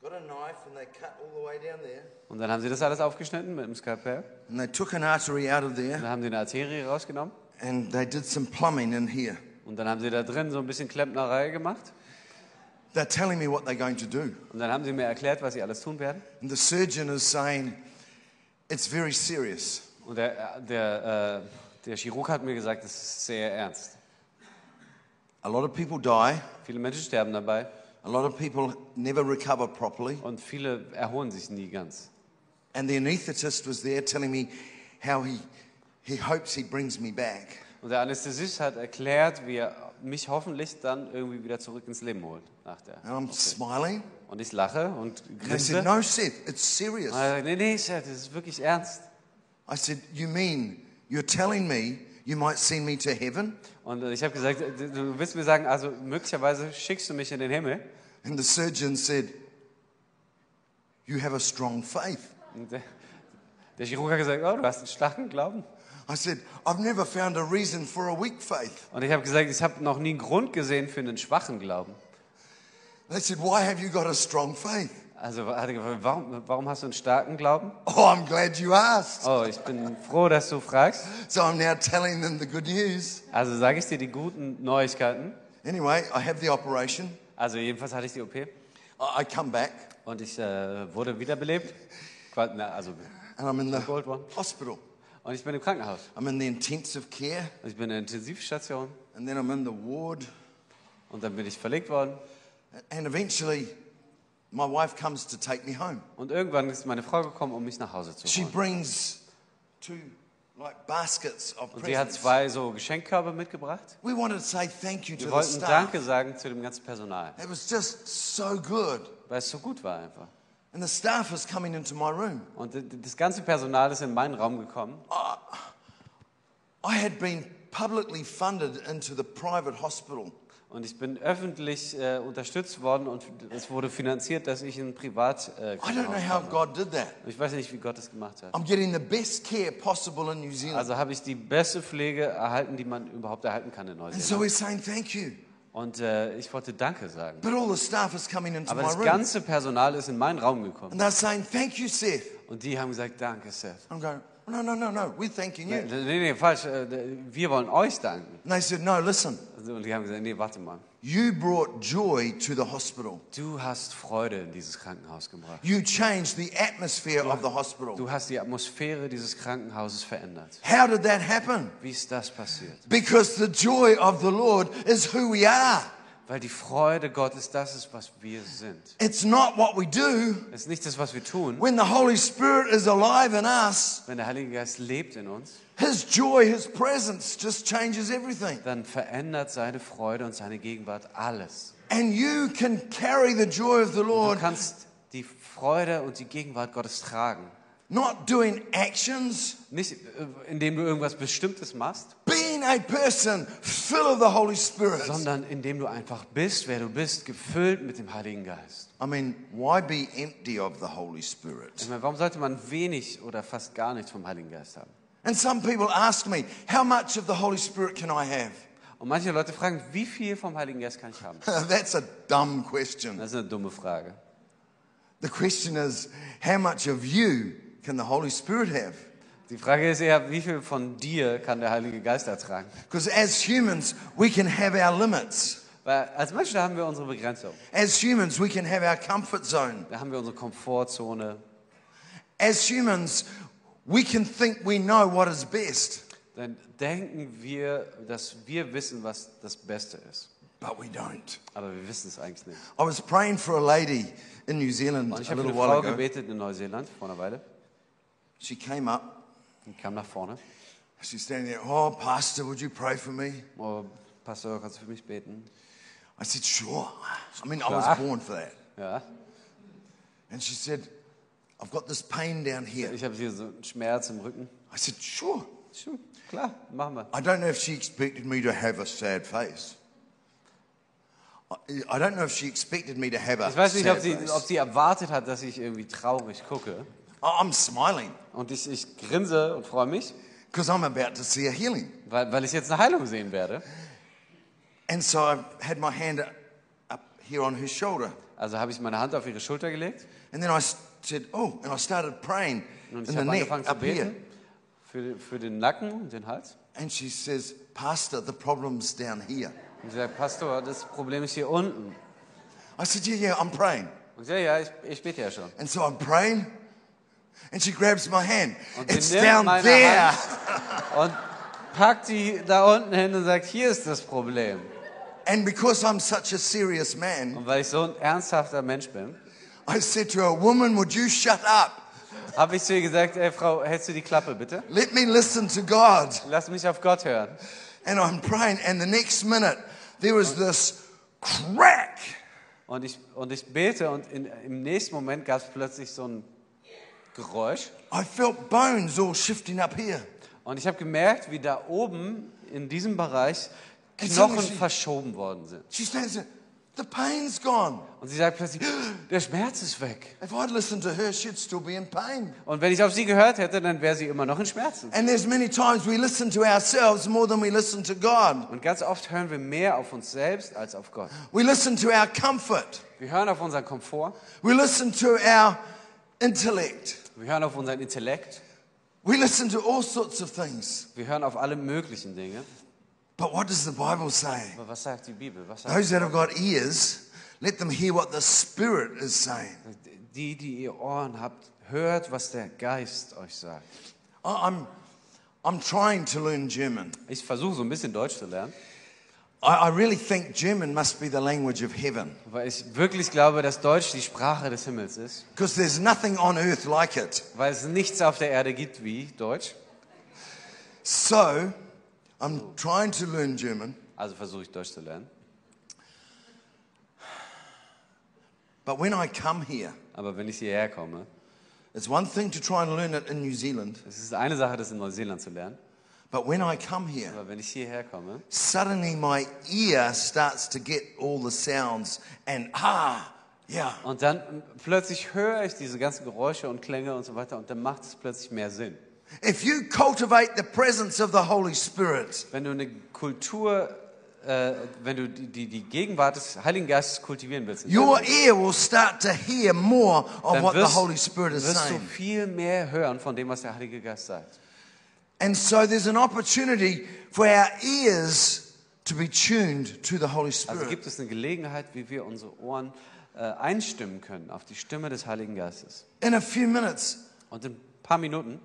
Speaker 2: got a knife and they cut all the way down there.
Speaker 3: Und dann haben sie das alles aufgeschnitten mit dem Skalpell.
Speaker 2: And they took an artery out of there
Speaker 3: Dann haben sie eine Arterie rausgenommen
Speaker 2: and they did some plumbing in here.
Speaker 3: und dann haben sie da drin so ein bisschen Klempnerei gemacht.
Speaker 2: They're telling me what they're going to do.
Speaker 3: Und dann haben sie mir erklärt, was sie alles tun werden.
Speaker 2: And the surgeon is saying, it's very serious.
Speaker 3: Und der, äh, der, äh, der Chirurg hat mir gesagt, das ist sehr ernst.
Speaker 2: A lot of people die.
Speaker 3: Viele Menschen sterben dabei
Speaker 2: A lot of people never recover properly.
Speaker 3: und viele erholen sich nie ganz.
Speaker 2: And the anaesthetist was there telling me how he, he hopes he brings me back.
Speaker 3: Und der Anästhesist hat erklärt, wie er mich hoffentlich dann irgendwie wieder zurück ins Leben holt. Nach der
Speaker 2: And I'm smiling.
Speaker 3: Und ich lache und
Speaker 2: And they said,
Speaker 3: grinse.
Speaker 2: No, Seth, it's serious.
Speaker 3: Und er sagt, nee, nee, Chef, das ist wirklich ernst.
Speaker 2: I said, You mean you're telling me you might send me to heaven?
Speaker 3: Und ich habe gesagt, du- du willst mir sagen, also möglicherweise schickst du mich in den Himmel.
Speaker 2: And the surgeon said, You have a strong faith.
Speaker 3: Und der, der Chirurg hat gesagt, oh, du hast einen starken Glauben.
Speaker 2: I said, I've never found a reason for a weak faith.
Speaker 3: Und ich habe gesagt, ich habe noch nie einen Grund gesehen für einen schwachen Glauben.
Speaker 2: They said, Why have you got a strong faith?
Speaker 3: Also hat er gefragt, warum, warum hast du einen starken Glauben?
Speaker 2: Oh, I'm glad you asked.
Speaker 3: Oh, ich bin froh, dass du fragst.
Speaker 2: So I'm now telling them the good news.
Speaker 3: Also sage ich dir die guten Neuigkeiten.
Speaker 2: Anyway, I have the operation.
Speaker 3: Also jedenfalls hatte ich die OP
Speaker 2: I I come back
Speaker 3: und ich äh, wurde wiederbelebt. Qua- Na, also
Speaker 2: and I'm in the
Speaker 3: Gold one.
Speaker 2: hospital.
Speaker 3: Und ich bin im Krankenhaus.
Speaker 2: I'm in the intensive care
Speaker 3: Und Ich bin in der Intensivstation.
Speaker 2: and then I'm in the ward.
Speaker 3: Und dann bin ich verlegt worden.
Speaker 2: And eventually, my wife comes to take me home.
Speaker 3: Und irgendwann ist meine Frau gekommen, um mich nach Hause zu
Speaker 2: She
Speaker 3: holen.
Speaker 2: brings two like baskets of
Speaker 3: Und sie hat
Speaker 2: presents.
Speaker 3: zwei so Geschenkkörbe mitgebracht.
Speaker 2: We wanted to say thank you to
Speaker 3: Wir
Speaker 2: the
Speaker 3: wollten
Speaker 2: staff.
Speaker 3: Danke sagen zu dem ganzen Personal,
Speaker 2: It was just so good.
Speaker 3: weil es so gut war einfach.
Speaker 2: And the staff is coming into my room.
Speaker 3: Und d- d- das ganze Personal ist in meinen Raum gekommen.
Speaker 2: I had been publicly funded into the private hospital.
Speaker 3: Und ich bin öffentlich äh, unterstützt worden und es wurde finanziert, dass ich in Privat. Äh,
Speaker 2: I don't know how God did that.
Speaker 3: ich weiß nicht, wie Gott das gemacht hat.
Speaker 2: I'm getting the best care possible in New Zealand.
Speaker 3: Also habe ich die beste Pflege erhalten, die man überhaupt erhalten kann in
Speaker 2: And so
Speaker 3: Neuseeland.
Speaker 2: we're saying thank you.
Speaker 3: Und äh, ich wollte Danke sagen.
Speaker 2: But all the staff is coming into
Speaker 3: Aber
Speaker 2: my
Speaker 3: das
Speaker 2: room.
Speaker 3: ganze Personal ist in meinen Raum gekommen.
Speaker 2: And they're saying, thank you, Seth.
Speaker 3: Und die haben gesagt, danke, Seth.
Speaker 2: I'm going, no, no, no, no, we're thanking you.
Speaker 3: Nee, nee, nee falsch. äh, Wir wollen euch danken. Also,
Speaker 2: And they said, no, listen,
Speaker 3: Und die haben gesagt, nee, warte mal.
Speaker 2: you brought joy to the hospital.
Speaker 3: Du hast Freude in dieses Krankenhaus gebracht.
Speaker 2: You changed the atmosphere of the hospital.
Speaker 3: Du hast die Atmosphäre dieses Krankenhauses verändert.
Speaker 2: How did that happen?
Speaker 3: Wie ist das passiert?
Speaker 2: Because the joy of the Lord is who we are.
Speaker 3: Weil die Freude Gottes das ist, was wir sind.
Speaker 2: It's not what we do.
Speaker 3: Es ist nicht das, was wir tun.
Speaker 2: When the Holy Spirit is alive in us,
Speaker 3: Wenn der Heilige Geist lebt in uns,
Speaker 2: His joy, His presence just changes everything.
Speaker 3: dann verändert seine Freude und seine Gegenwart alles.
Speaker 2: And you can carry the joy of the
Speaker 3: Du
Speaker 2: Lord,
Speaker 3: kannst die Freude und die Gegenwart Gottes tragen.
Speaker 2: not doing actions,
Speaker 3: Nicht, äh, indem du irgendwas Bestimmtes machst,
Speaker 2: being a person full of the Holy Spirit.
Speaker 3: sondern indem du einfach bist, wer du bist, gefüllt mit dem Heiligen Geist.
Speaker 2: I mean, why be empty of the Holy
Speaker 3: Ich
Speaker 2: Spirit?
Speaker 3: meine, warum sollte man wenig oder fast gar nichts vom Heiligen Geist haben?
Speaker 2: And some people ask me, how much of the Holy Spirit can I have?
Speaker 3: Und manche Leute fragen, wie viel vom Heiligen Geist kann ich haben?
Speaker 2: That's a dumb question.
Speaker 3: Das ist eine dumme Frage.
Speaker 2: The question is, how much of you can the Holy Spirit have?
Speaker 3: Die Frage ist eher, wie viel von dir kann der Heilige Geist ertragen?
Speaker 2: Because as humans, we can have our limits.
Speaker 3: Weil als Menschen haben wir unsere Begrenzung,
Speaker 2: As humans, we can have our comfort zone.
Speaker 3: da haben wir unsere Komfortzone.
Speaker 2: As humans, we can think we know what is best,
Speaker 3: Dann denken wir, dass wir wissen, was das Beste ist.
Speaker 2: but we don't.
Speaker 3: Aber wir wissen es eigentlich nicht.
Speaker 2: I was praying for a lady in New Zealand
Speaker 3: Und ich
Speaker 2: a
Speaker 3: habe für
Speaker 2: little
Speaker 3: eine
Speaker 2: while
Speaker 3: Frau
Speaker 2: ago.
Speaker 3: gebetet in Neuseeland vor einer Weile.
Speaker 2: She came up.
Speaker 3: Die kam nach vorne.
Speaker 2: She's standing there. Oh, Pastor, would you pray for me?
Speaker 3: Oh, Pastor, kannst du für mich beten?
Speaker 2: I said, Sure. I mean, I was
Speaker 3: Sure.
Speaker 2: born for that.
Speaker 3: Ja.
Speaker 2: And she said, I've got this pain down here.
Speaker 3: Ich habe hier so einen Schmerz im Rücken.
Speaker 2: I said, Sure.
Speaker 3: Schon, klar, machen wir.
Speaker 2: I don't know if she expected me to have a sad face. I- I don't know if she expected me to have a
Speaker 3: Ich weiß nicht, ob
Speaker 2: sad
Speaker 3: sie, ob
Speaker 2: face.
Speaker 3: sie erwartet hat, dass ich irgendwie traurig gucke.
Speaker 2: I- I'm smiling
Speaker 3: Und ich, ich grinse und freue mich,
Speaker 2: because I'm about to see a healing.
Speaker 3: weil, weil ich jetzt eine Heilung sehen werde.
Speaker 2: And so I had my hand up here on her shoulder.
Speaker 3: Also habe ich meine Hand auf ihre Schulter gelegt
Speaker 2: And then I s- said, Oh, and I started praying in
Speaker 3: und ich
Speaker 2: the
Speaker 3: habe
Speaker 2: neck
Speaker 3: angefangen zu
Speaker 2: up here.
Speaker 3: beten für, den- für den Nacken und den Hals.
Speaker 2: And she says, Pastor, the problem's down here.
Speaker 3: Und sie sagt, Pastor, das Problem ist hier unten.
Speaker 2: I said, Yeah, yeah, I'm praying.
Speaker 3: Und sie, ja, ich, ich bete ja schon.
Speaker 2: And so I'm praying. And she grabs my hand.
Speaker 3: Und
Speaker 2: It's
Speaker 3: sie nimmt
Speaker 2: down
Speaker 3: meine
Speaker 2: there.
Speaker 3: Hand und packt die da unten hin und sagt, hier ist das Problem.
Speaker 2: And because I'm such a serious man,
Speaker 3: Und weil ich so ein ernsthafter Mensch bin,
Speaker 2: I said to her, Woman, would you shut up?
Speaker 3: habe ich zu ihr gesagt, ey Frau, hältst du die Klappe bitte?
Speaker 2: Let me listen to God.
Speaker 3: Lass mich auf Gott hören.
Speaker 2: And I'm praying. And the next minute, there was this crack.
Speaker 3: Und ich, und ich bete und in, im nächsten Moment gab es plötzlich so ein Geräusch.
Speaker 2: I felt bones all shifting up here.
Speaker 3: Und ich habe gemerkt, wie da oben in diesem Bereich
Speaker 2: Jetzt
Speaker 3: Knochen
Speaker 2: haben sie-
Speaker 3: verschoben worden sind.
Speaker 2: She stands there. The pain's gone.
Speaker 3: Und sie sagt plötzlich, der Schmerz ist weg.
Speaker 2: If I'd listened to her, she'd still be in pain.
Speaker 3: Und wenn ich auf sie gehört hätte, dann wäre sie immer noch in Schmerzen.
Speaker 2: And there's many times we listen to ourselves more than we listen to God.
Speaker 3: Und ganz oft hören wir mehr auf uns selbst als auf Gott.
Speaker 2: We listen to our comfort.
Speaker 3: Wir hören auf unseren Komfort,
Speaker 2: We listen to our intellect.
Speaker 3: wir hören auf unseren Intellekt,
Speaker 2: We listen to all sorts of things.
Speaker 3: wir hören auf alle möglichen Dinge.
Speaker 2: But what does the Bible say?
Speaker 3: Aber was sagt die Bibel? Was sagt
Speaker 2: Those that have got ears, let them hear what the Spirit is saying.
Speaker 3: die, die ihr Ohren habt, hört, was der Geist euch sagt.
Speaker 2: I- I'm, I'm trying to learn German.
Speaker 3: Ich versuche so ein bisschen Deutsch zu lernen,
Speaker 2: I, I really think German must be the language of heaven
Speaker 3: weil ich wirklich glaube, dass Deutsch die Sprache des Himmels ist,
Speaker 2: because there's nothing on earth like it.
Speaker 3: weil es nichts auf der Erde gibt wie Deutsch.
Speaker 2: So I'm trying to learn German,
Speaker 3: Also versuche ich Deutsch zu lernen.
Speaker 2: but when I come here,
Speaker 3: Aber wenn ich hierher komme,
Speaker 2: It's one thing to try and learn it in New Zealand,
Speaker 3: es ist eine Sache, das in Neuseeland zu lernen,
Speaker 2: But when I come here,
Speaker 3: Aber wenn ich hierher komme,
Speaker 2: suddenly my ear starts to get all the sounds and ah, yeah.
Speaker 3: und dann plötzlich höre ich diese ganzen Geräusche und Klänge und so weiter und dann macht es plötzlich mehr Sinn.
Speaker 2: If you cultivate the presence of the Holy Spirit,
Speaker 3: Wenn du eine Kultur, äh, wenn du die, die, die Gegenwart des Heiligen Geistes kultivieren willst, in
Speaker 2: your
Speaker 3: deinem Leben,
Speaker 2: ear will start to hear more of
Speaker 3: dann
Speaker 2: what the
Speaker 3: wirst,
Speaker 2: Holy Spirit is
Speaker 3: wirst du
Speaker 2: saying.
Speaker 3: viel mehr hören von dem, was der Heilige Geist sagt.
Speaker 2: And so there's an opportunity for our ears to be tuned to the Holy
Speaker 3: Also
Speaker 2: Spirit.
Speaker 3: gibt es eine Gelegenheit, wie wir unsere Ohren äh, einstimmen können auf die Stimme des Heiligen Geistes.
Speaker 2: In a few minutes,
Speaker 3: Und in ein paar Minuten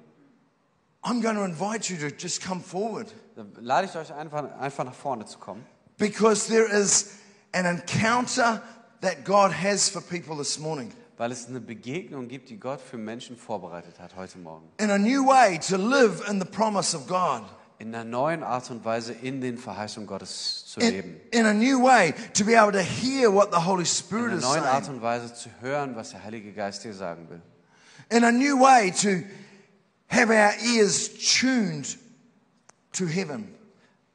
Speaker 2: I'm going to invite you to just come forward
Speaker 3: dann lade ich euch einfach, einfach nach vorne zu kommen.
Speaker 2: because there is an encounter that God has for people this morning
Speaker 3: Weil es eine Begegnung gibt, die Gott für Menschen vorbereitet hat heute Morgen.
Speaker 2: in a new way to live in the promise of God,
Speaker 3: In einer neuen Art und Weise in den Verheißungen Gottes zu
Speaker 2: in,
Speaker 3: leben.
Speaker 2: in a new way to be able to hear what the Holy
Speaker 3: In
Speaker 2: Spirit
Speaker 3: einer
Speaker 2: is
Speaker 3: neuen Art
Speaker 2: saying,
Speaker 3: und Weise zu hören, was der Heilige Geist dir sagen will.
Speaker 2: in a new way to have our ears tuned to heaven.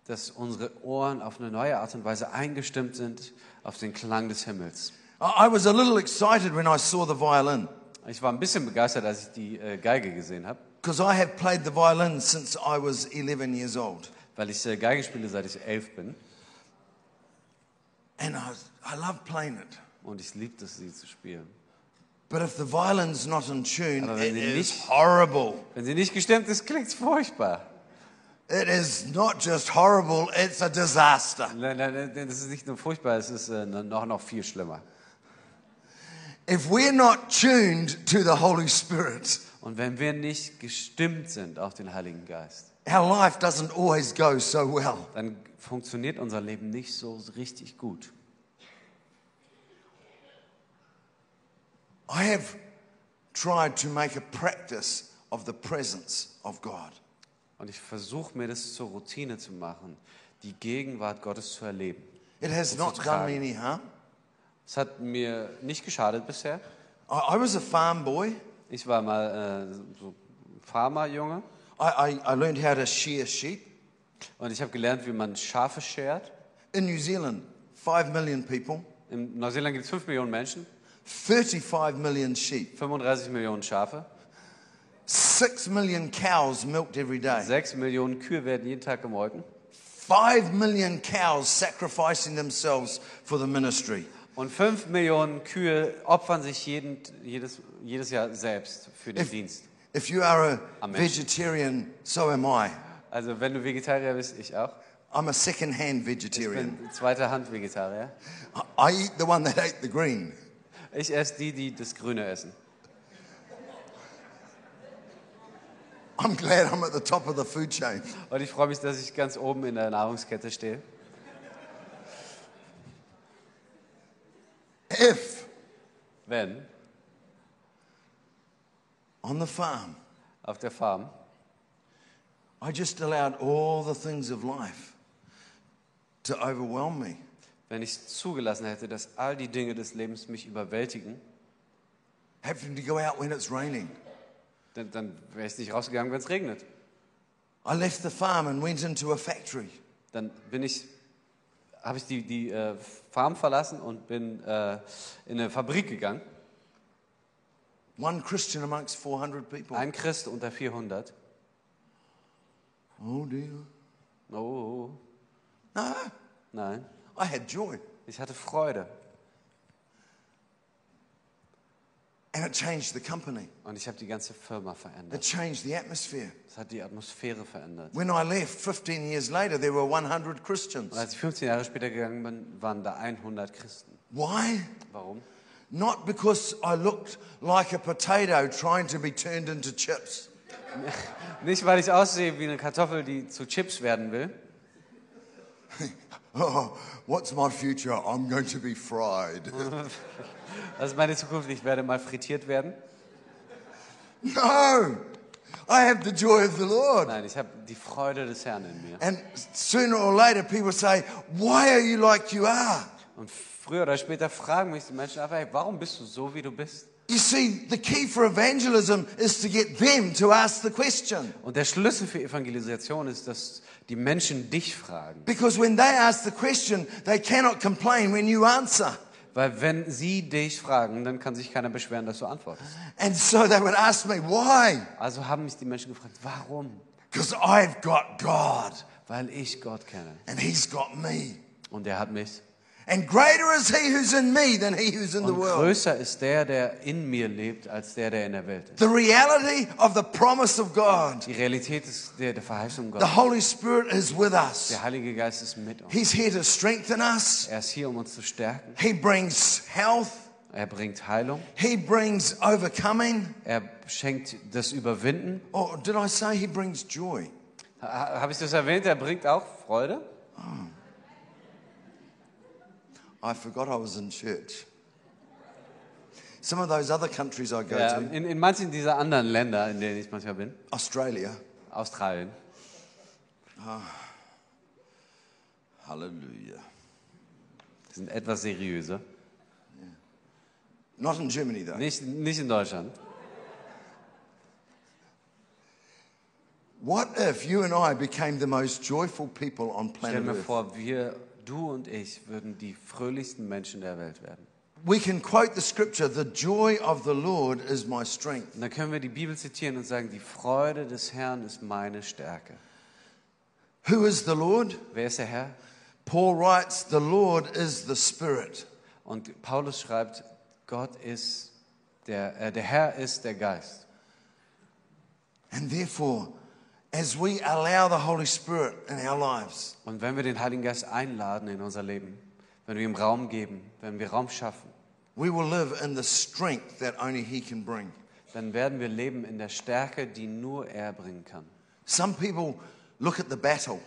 Speaker 3: Dass unsere Ohren auf eine neue Art und Weise eingestimmt sind auf den Klang des Himmels.
Speaker 2: I I was a little excited when I saw the violin
Speaker 3: Ich war ein bisschen begeistert, als ich die äh, Geige gesehen habe,
Speaker 2: because I have played the violin since I was 11 years old.
Speaker 3: weil ich äh, Geige spiele, seit ich elf bin.
Speaker 2: And I, was- I love playing it.
Speaker 3: Und ich liebte es, sie zu spielen.
Speaker 2: But if the violin's not in tune,
Speaker 3: Aber
Speaker 2: it
Speaker 3: wenn sie
Speaker 2: is
Speaker 3: nicht-
Speaker 2: horrible.
Speaker 3: Wenn sie nicht gestimmt ist, klingt es furchtbar.
Speaker 2: It is not just horrible, it's a disaster.
Speaker 3: Nein, nein, nein, das ist nicht nur furchtbar, es ist äh, noch, noch viel schlimmer.
Speaker 2: If we're not tuned to the Holy Spirit,
Speaker 3: Und wenn wir nicht gestimmt sind auf den Heiligen Geist,
Speaker 2: our life doesn't always go so well.
Speaker 3: dann funktioniert unser Leben nicht so richtig gut.
Speaker 2: I have tried to make a practice of the presence of God.
Speaker 3: Und ich versuche mir das zur Routine zu machen, die Gegenwart Gottes zu erleben.
Speaker 2: It has not done me any harm.
Speaker 3: Es hat mir nicht geschadet bisher.
Speaker 2: I, I was a farm boy.
Speaker 3: Ich war mal äh, so Farmerjunge
Speaker 2: I, I, I learned how to shear sheep.
Speaker 3: und ich habe gelernt, wie man Schafe schert.
Speaker 2: In New Zealand, 5 million people,
Speaker 3: In Neuseeland gibt es 5 Millionen Menschen,
Speaker 2: 35 million sheep,
Speaker 3: 35 Millionen Schafe,
Speaker 2: 6 million cows milked every day,
Speaker 3: 6 Millionen Kühe werden jeden Tag gemolken.
Speaker 2: 5 million cows sacrificing themselves for the ministry.
Speaker 3: Und fünf Millionen Kühe opfern sich jeden, jedes, jedes Jahr selbst für den Dienst.
Speaker 2: If you are a
Speaker 3: Amen.
Speaker 2: vegetarian, so am I.
Speaker 3: Also wenn du Vegetarier bist, ich auch.
Speaker 2: I'm a second hand
Speaker 3: Ich
Speaker 2: vegetarian.
Speaker 3: bin zweiter Hand Vegetarier.
Speaker 2: I- I eat the one that ate the green.
Speaker 3: Ich esse die, die das Grüne essen.
Speaker 2: I'm glad I'm at the top of the food chain.
Speaker 3: Und ich freue mich, dass ich ganz oben in der Nahrungskette stehe.
Speaker 2: If
Speaker 3: Wenn
Speaker 2: on the farm
Speaker 3: auf der Farm
Speaker 2: I just allowed all the things of life to overwhelm me,
Speaker 3: wenn ich zugelassen hätte, dass all die Dinge des Lebens mich überwältigen,
Speaker 2: having to go out when it's raining,
Speaker 3: dann, dann wäre ich nicht rausgegangen, wenn es regnet.
Speaker 2: I left the farm and went into a factory.
Speaker 3: Dann bin ich, habe ich die, die äh, Farm verlassen und bin äh, in eine Fabrik gegangen.
Speaker 2: One Christian amongst 400 people.
Speaker 3: Ein Christ unter 400.
Speaker 2: oh dear.
Speaker 3: Oh,
Speaker 2: No,
Speaker 3: nein.
Speaker 2: I had joy.
Speaker 3: Ich hatte Freude
Speaker 2: And it changed the company,
Speaker 3: und ich habe die ganze Firma verändert.
Speaker 2: it changed the atmosphere.
Speaker 3: Das hat die Atmosphäre verändert.
Speaker 2: When I left 15 years later, there were 100 Christians.
Speaker 3: Und als ich 15 Jahre später gegangen bin, waren da 100 Christen.
Speaker 2: Why?
Speaker 3: Warum?
Speaker 2: Not because I looked like a potato trying to be turned into chips.
Speaker 3: Nicht, weil ich aussehe wie eine Kartoffel, die zu Chips werden will.
Speaker 2: Oh, what's my future? I'm going to be fried.
Speaker 3: Das ist Also meine Zukunft. Ich werde mal frittiert werden.
Speaker 2: No! I have the joy of the Lord.
Speaker 3: Nein, ich habe die Freude des Herrn in mir.
Speaker 2: And sooner or later, people say, Why are you like you are?
Speaker 3: Und früher oder später fragen mich die Menschen einfach, hey, warum bist du so, wie du bist?
Speaker 2: You see, the key for evangelism is to get them to ask the question.
Speaker 3: Und der Schlüssel für Evangelisation ist, dass die Menschen dich fragen.
Speaker 2: Because when they ask the question, they cannot complain when you answer.
Speaker 3: Weil wenn sie dich fragen, dann kann sich keiner beschweren, dass du antwortest.
Speaker 2: And so they would ask me, why?
Speaker 3: Also haben mich die Menschen gefragt, warum?
Speaker 2: Because I've got God
Speaker 3: Weil ich Gott kenne.
Speaker 2: and He's got me.
Speaker 3: Und er hat mich.
Speaker 2: And greater is He who's in me than He who's in the
Speaker 3: Und
Speaker 2: world.
Speaker 3: größer ist der, der in mir lebt, als der, der in der Welt ist.
Speaker 2: The reality of the promise of God.
Speaker 3: Die Realität ist der, der Verheißung
Speaker 2: The
Speaker 3: Gottes.
Speaker 2: Holy Spirit is with us.
Speaker 3: Der Heilige Geist ist mit uns.
Speaker 2: He's here to strengthen us.
Speaker 3: Er ist hier, um uns zu stärken.
Speaker 2: He brings health.
Speaker 3: Er bringt Heilung.
Speaker 2: He brings overcoming.
Speaker 3: Er schenkt das Überwinden.
Speaker 2: Or did I say He brings joy?
Speaker 3: Ha- Habe ich das erwähnt? Er bringt auch Freude.
Speaker 2: I forgot I was in church. Some of those other countries I go
Speaker 3: Ja,
Speaker 2: to,
Speaker 3: in, in manchen dieser anderen Länder, in denen ich manchmal bin,
Speaker 2: Australia,
Speaker 3: Australien,
Speaker 2: hallelujah.
Speaker 3: die sind etwas seriöser.
Speaker 2: Not in Germany though.
Speaker 3: Nicht, nicht in Deutschland.
Speaker 2: What if you and I became the most joyful people on
Speaker 3: Stell
Speaker 2: planet
Speaker 3: mir
Speaker 2: Earth?
Speaker 3: vor, wir, du und ich, würden die fröhlichsten Menschen der Welt werden.
Speaker 2: We can quote the scripture, the joy of the Lord is my strength.
Speaker 3: Und dann können wir die Bibel zitieren und sagen, die Freude des Herrn ist meine Stärke.
Speaker 2: Who is the Lord?
Speaker 3: Wer ist der Herr?
Speaker 2: Paul writes, the Lord is the Spirit.
Speaker 3: Und Paulus schreibt, Gott ist der, äh, der Herr ist der Geist.
Speaker 2: And therefore, as we allow the Holy Spirit in our lives,
Speaker 3: Und wenn wir den Heiligen Geist einladen in unser Leben, wenn wir ihm Raum geben, wenn wir Raum schaffen,
Speaker 2: we will live in the strength that only He can bring.
Speaker 3: dann werden wir leben in der Stärke, die nur er bringen kann.
Speaker 2: Some people look at the battle.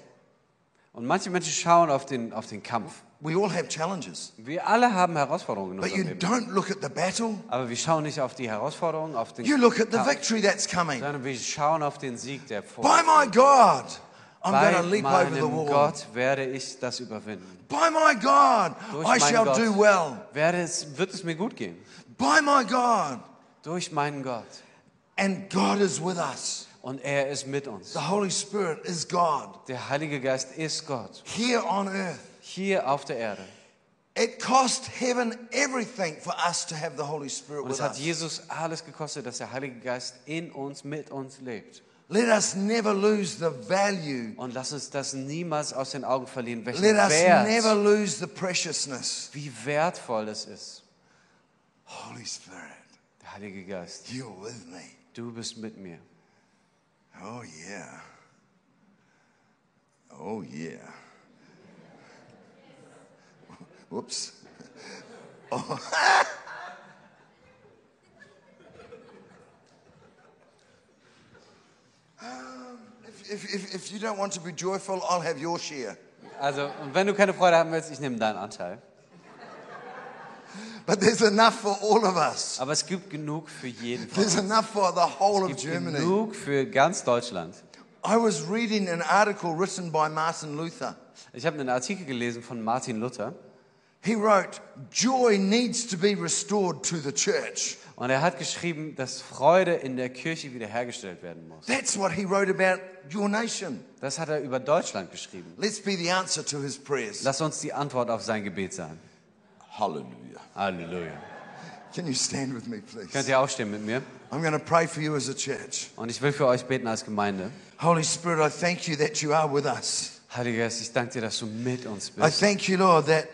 Speaker 3: Und manche Menschen schauen auf den, auf den Kampf.
Speaker 2: We all have challenges,
Speaker 3: Wir alle haben Herausforderungen in
Speaker 2: but
Speaker 3: unserem
Speaker 2: you
Speaker 3: Leben.
Speaker 2: don't look at the battle,
Speaker 3: Aber wir schauen nicht auf die Herausforderungen, auf den
Speaker 2: you look at the
Speaker 3: Kampf,
Speaker 2: victory that's coming.
Speaker 3: sondern wir schauen auf den Sieg, der vor
Speaker 2: By my God, I'm
Speaker 3: Bei
Speaker 2: going to leap over the
Speaker 3: meinem
Speaker 2: wall.
Speaker 3: Gott werde ich das überwinden.
Speaker 2: By my God,
Speaker 3: Durch
Speaker 2: I
Speaker 3: meinen
Speaker 2: shall
Speaker 3: Gott
Speaker 2: do well.
Speaker 3: Werde es, wird es mir gut gehen.
Speaker 2: By my God.
Speaker 3: Durch meinen Gott.
Speaker 2: And God is with us.
Speaker 3: Und er ist mit uns.
Speaker 2: The Holy Spirit is God
Speaker 3: Der Heilige Geist ist Gott.
Speaker 2: here on earth.
Speaker 3: Hier auf der Erde.
Speaker 2: It cost heaven everything for us to have the Holy Spirit
Speaker 3: Und es
Speaker 2: with
Speaker 3: hat
Speaker 2: us.
Speaker 3: Jesus alles gekostet, dass der Heilige Geist in uns, mit uns lebt.
Speaker 2: Let us never lose the value.
Speaker 3: Und lass uns das niemals aus den Augen verlieren, welchen
Speaker 2: Let us never
Speaker 3: Wert,
Speaker 2: lose the preciousness.
Speaker 3: wie wertvoll das ist.
Speaker 2: Holy Spirit,
Speaker 3: Der Heilige Geist,
Speaker 2: you're with me.
Speaker 3: du bist mit mir.
Speaker 2: Oh, yeah. Oh, yeah. Whoops. Oh. um, if, if, if, if you don't want to be joyful, I'll have your share.
Speaker 3: Also, und wenn du keine Freude haben willst, ich nehme deinen Anteil.
Speaker 2: But there's enough for all of us.
Speaker 3: Aber es gibt genug für jeden von
Speaker 2: There's
Speaker 3: uns.
Speaker 2: enough for the whole of
Speaker 3: Es gibt
Speaker 2: Germany.
Speaker 3: genug für ganz Deutschland.
Speaker 2: I was reading an article written by Martin Luther.
Speaker 3: Ich habe einen Artikel gelesen von Martin Luther
Speaker 2: He wrote, Joy needs to be restored to the church.
Speaker 3: und er hat geschrieben, dass Freude in der Kirche wiederhergestellt werden muss.
Speaker 2: That's what he wrote about your nation.
Speaker 3: Das hat er über Deutschland geschrieben.
Speaker 2: Let's be the answer to his prayers.
Speaker 3: Lass uns die Antwort auf sein Gebet sein.
Speaker 2: Hallelujah.
Speaker 3: Halleluja.
Speaker 2: Can you stand with me, please?
Speaker 3: Könnt ihr aufstehen mit mir?
Speaker 2: I'm going to pray for you as a church.
Speaker 3: Und ich will für euch beten als Gemeinde.
Speaker 2: Holy Spirit, I thank you that you are with us.
Speaker 3: Heiliger Geist, ich danke dir, dass du mit uns
Speaker 2: I
Speaker 3: bist.
Speaker 2: thank you, Lord, that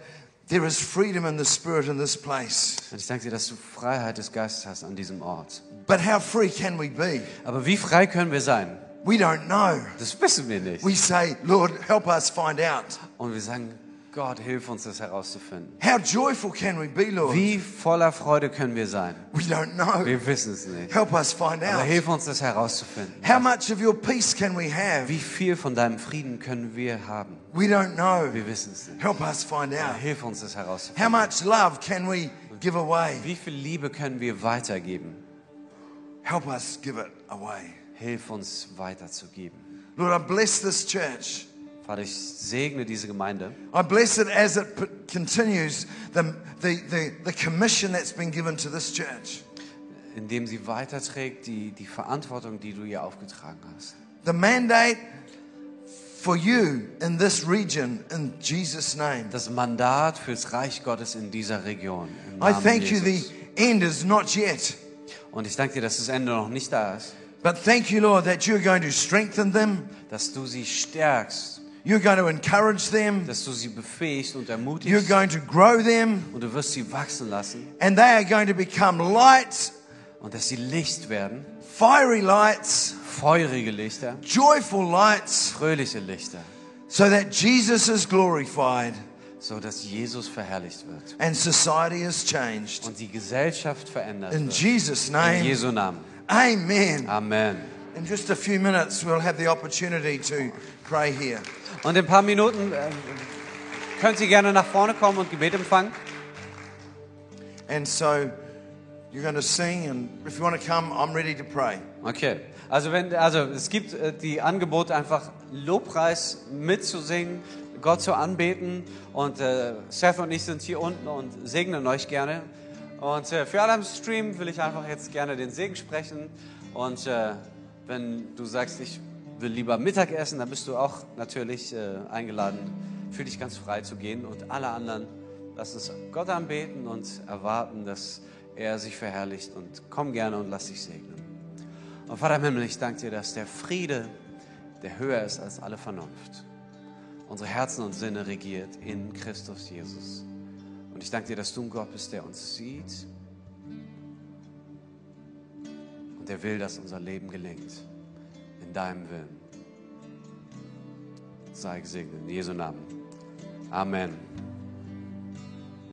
Speaker 2: there is freedom in the Spirit in this place.
Speaker 3: Und ich danke dir, dass du Freiheit des Geistes hast an diesem Ort.
Speaker 2: But how free can we be?
Speaker 3: Aber wie frei können wir sein?
Speaker 2: We don't know.
Speaker 3: Das wissen wir nicht.
Speaker 2: We say, Lord, help us find out.
Speaker 3: Und wir sagen, Gott, hilf uns, das herauszufinden.
Speaker 2: How joyful can we be, Lord?
Speaker 3: Wie voller Freude können wir sein?
Speaker 2: We don't know.
Speaker 3: Wir wissen es nicht.
Speaker 2: Help us find
Speaker 3: Aber
Speaker 2: out.
Speaker 3: hilf uns, das herauszufinden.
Speaker 2: How much of your peace can we have?
Speaker 3: Wie viel von deinem Frieden können wir haben?
Speaker 2: We don't know.
Speaker 3: Wir wissen es nicht.
Speaker 2: Help us find
Speaker 3: Aber
Speaker 2: out.
Speaker 3: hilf uns, das
Speaker 2: How
Speaker 3: herauszufinden.
Speaker 2: much love can we give away?
Speaker 3: Wie viel Liebe können wir weitergeben?
Speaker 2: Help us give it away.
Speaker 3: Hilf uns, weiterzugeben.
Speaker 2: Lord, I bless this church.
Speaker 3: Vater, ich segne diese Gemeinde.
Speaker 2: I bless it as it p- continues the, the, the, the commission that's been given to this church.
Speaker 3: indem sie weiterträgt die, die Verantwortung, die du ihr aufgetragen hast.
Speaker 2: The mandate for you in this region in Jesus' name.
Speaker 3: Das Mandat fürs Reich Gottes in dieser Region. Im
Speaker 2: I
Speaker 3: Namen
Speaker 2: thank you, the
Speaker 3: Jesus.
Speaker 2: end is not yet.
Speaker 3: Und ich danke dir, dass das Ende noch nicht da ist,
Speaker 2: But thank you, Lord, that you're going to strengthen them,
Speaker 3: dass du sie stärkst,
Speaker 2: you're going to encourage them,
Speaker 3: dass du sie befähigst und
Speaker 2: you're
Speaker 3: ermutigst
Speaker 2: going to grow them,
Speaker 3: und du wirst sie wachsen lassen
Speaker 2: and they are going to become lights,
Speaker 3: und dass sie Licht werden,
Speaker 2: fiery lights,
Speaker 3: feurige Lichter,
Speaker 2: joyful lights,
Speaker 3: fröhliche Lichter,
Speaker 2: so that Jesus is glorified
Speaker 3: so dass Jesus verherrlicht wird
Speaker 2: and society is changed.
Speaker 3: und die Gesellschaft verändert
Speaker 2: In
Speaker 3: wird.
Speaker 2: Jesus'
Speaker 3: In
Speaker 2: name,
Speaker 3: Jesu Namen.
Speaker 2: amen.
Speaker 3: Amen.
Speaker 2: In just a few minutes, we'll have the opportunity to pray here.
Speaker 3: Und in ein paar Minuten äh, könnt ihr gerne nach vorne kommen und Gebet empfangen.
Speaker 2: And so you're going to sing, and if you want to come, I'm ready to pray.
Speaker 3: Okay. Also wenn also es gibt äh, die Angebote einfach Lobpreis mitzusingen, Gott zu anbeten und äh, Seth und ich sind hier unten und segnen euch gerne. Und äh, für alle im Stream will ich einfach jetzt gerne den Segen sprechen und äh, wenn du sagst, ich will lieber Mittag essen, dann bist du auch natürlich äh, eingeladen, für dich ganz frei zu gehen und alle anderen lass uns Gott anbeten und erwarten, dass er sich verherrlicht und komm gerne und lass dich segnen. Und Oh, Vater im Himmel, ich danke dir, dass der Friede, der höher ist als alle Vernunft, unsere Herzen und Sinne regiert in Christus Jesus. Und ich danke dir, dass du ein Gott bist, der uns sieht und der will, dass unser Leben gelingt. In deinem Willen. Sei gesegnet. In Jesu Namen. Amen.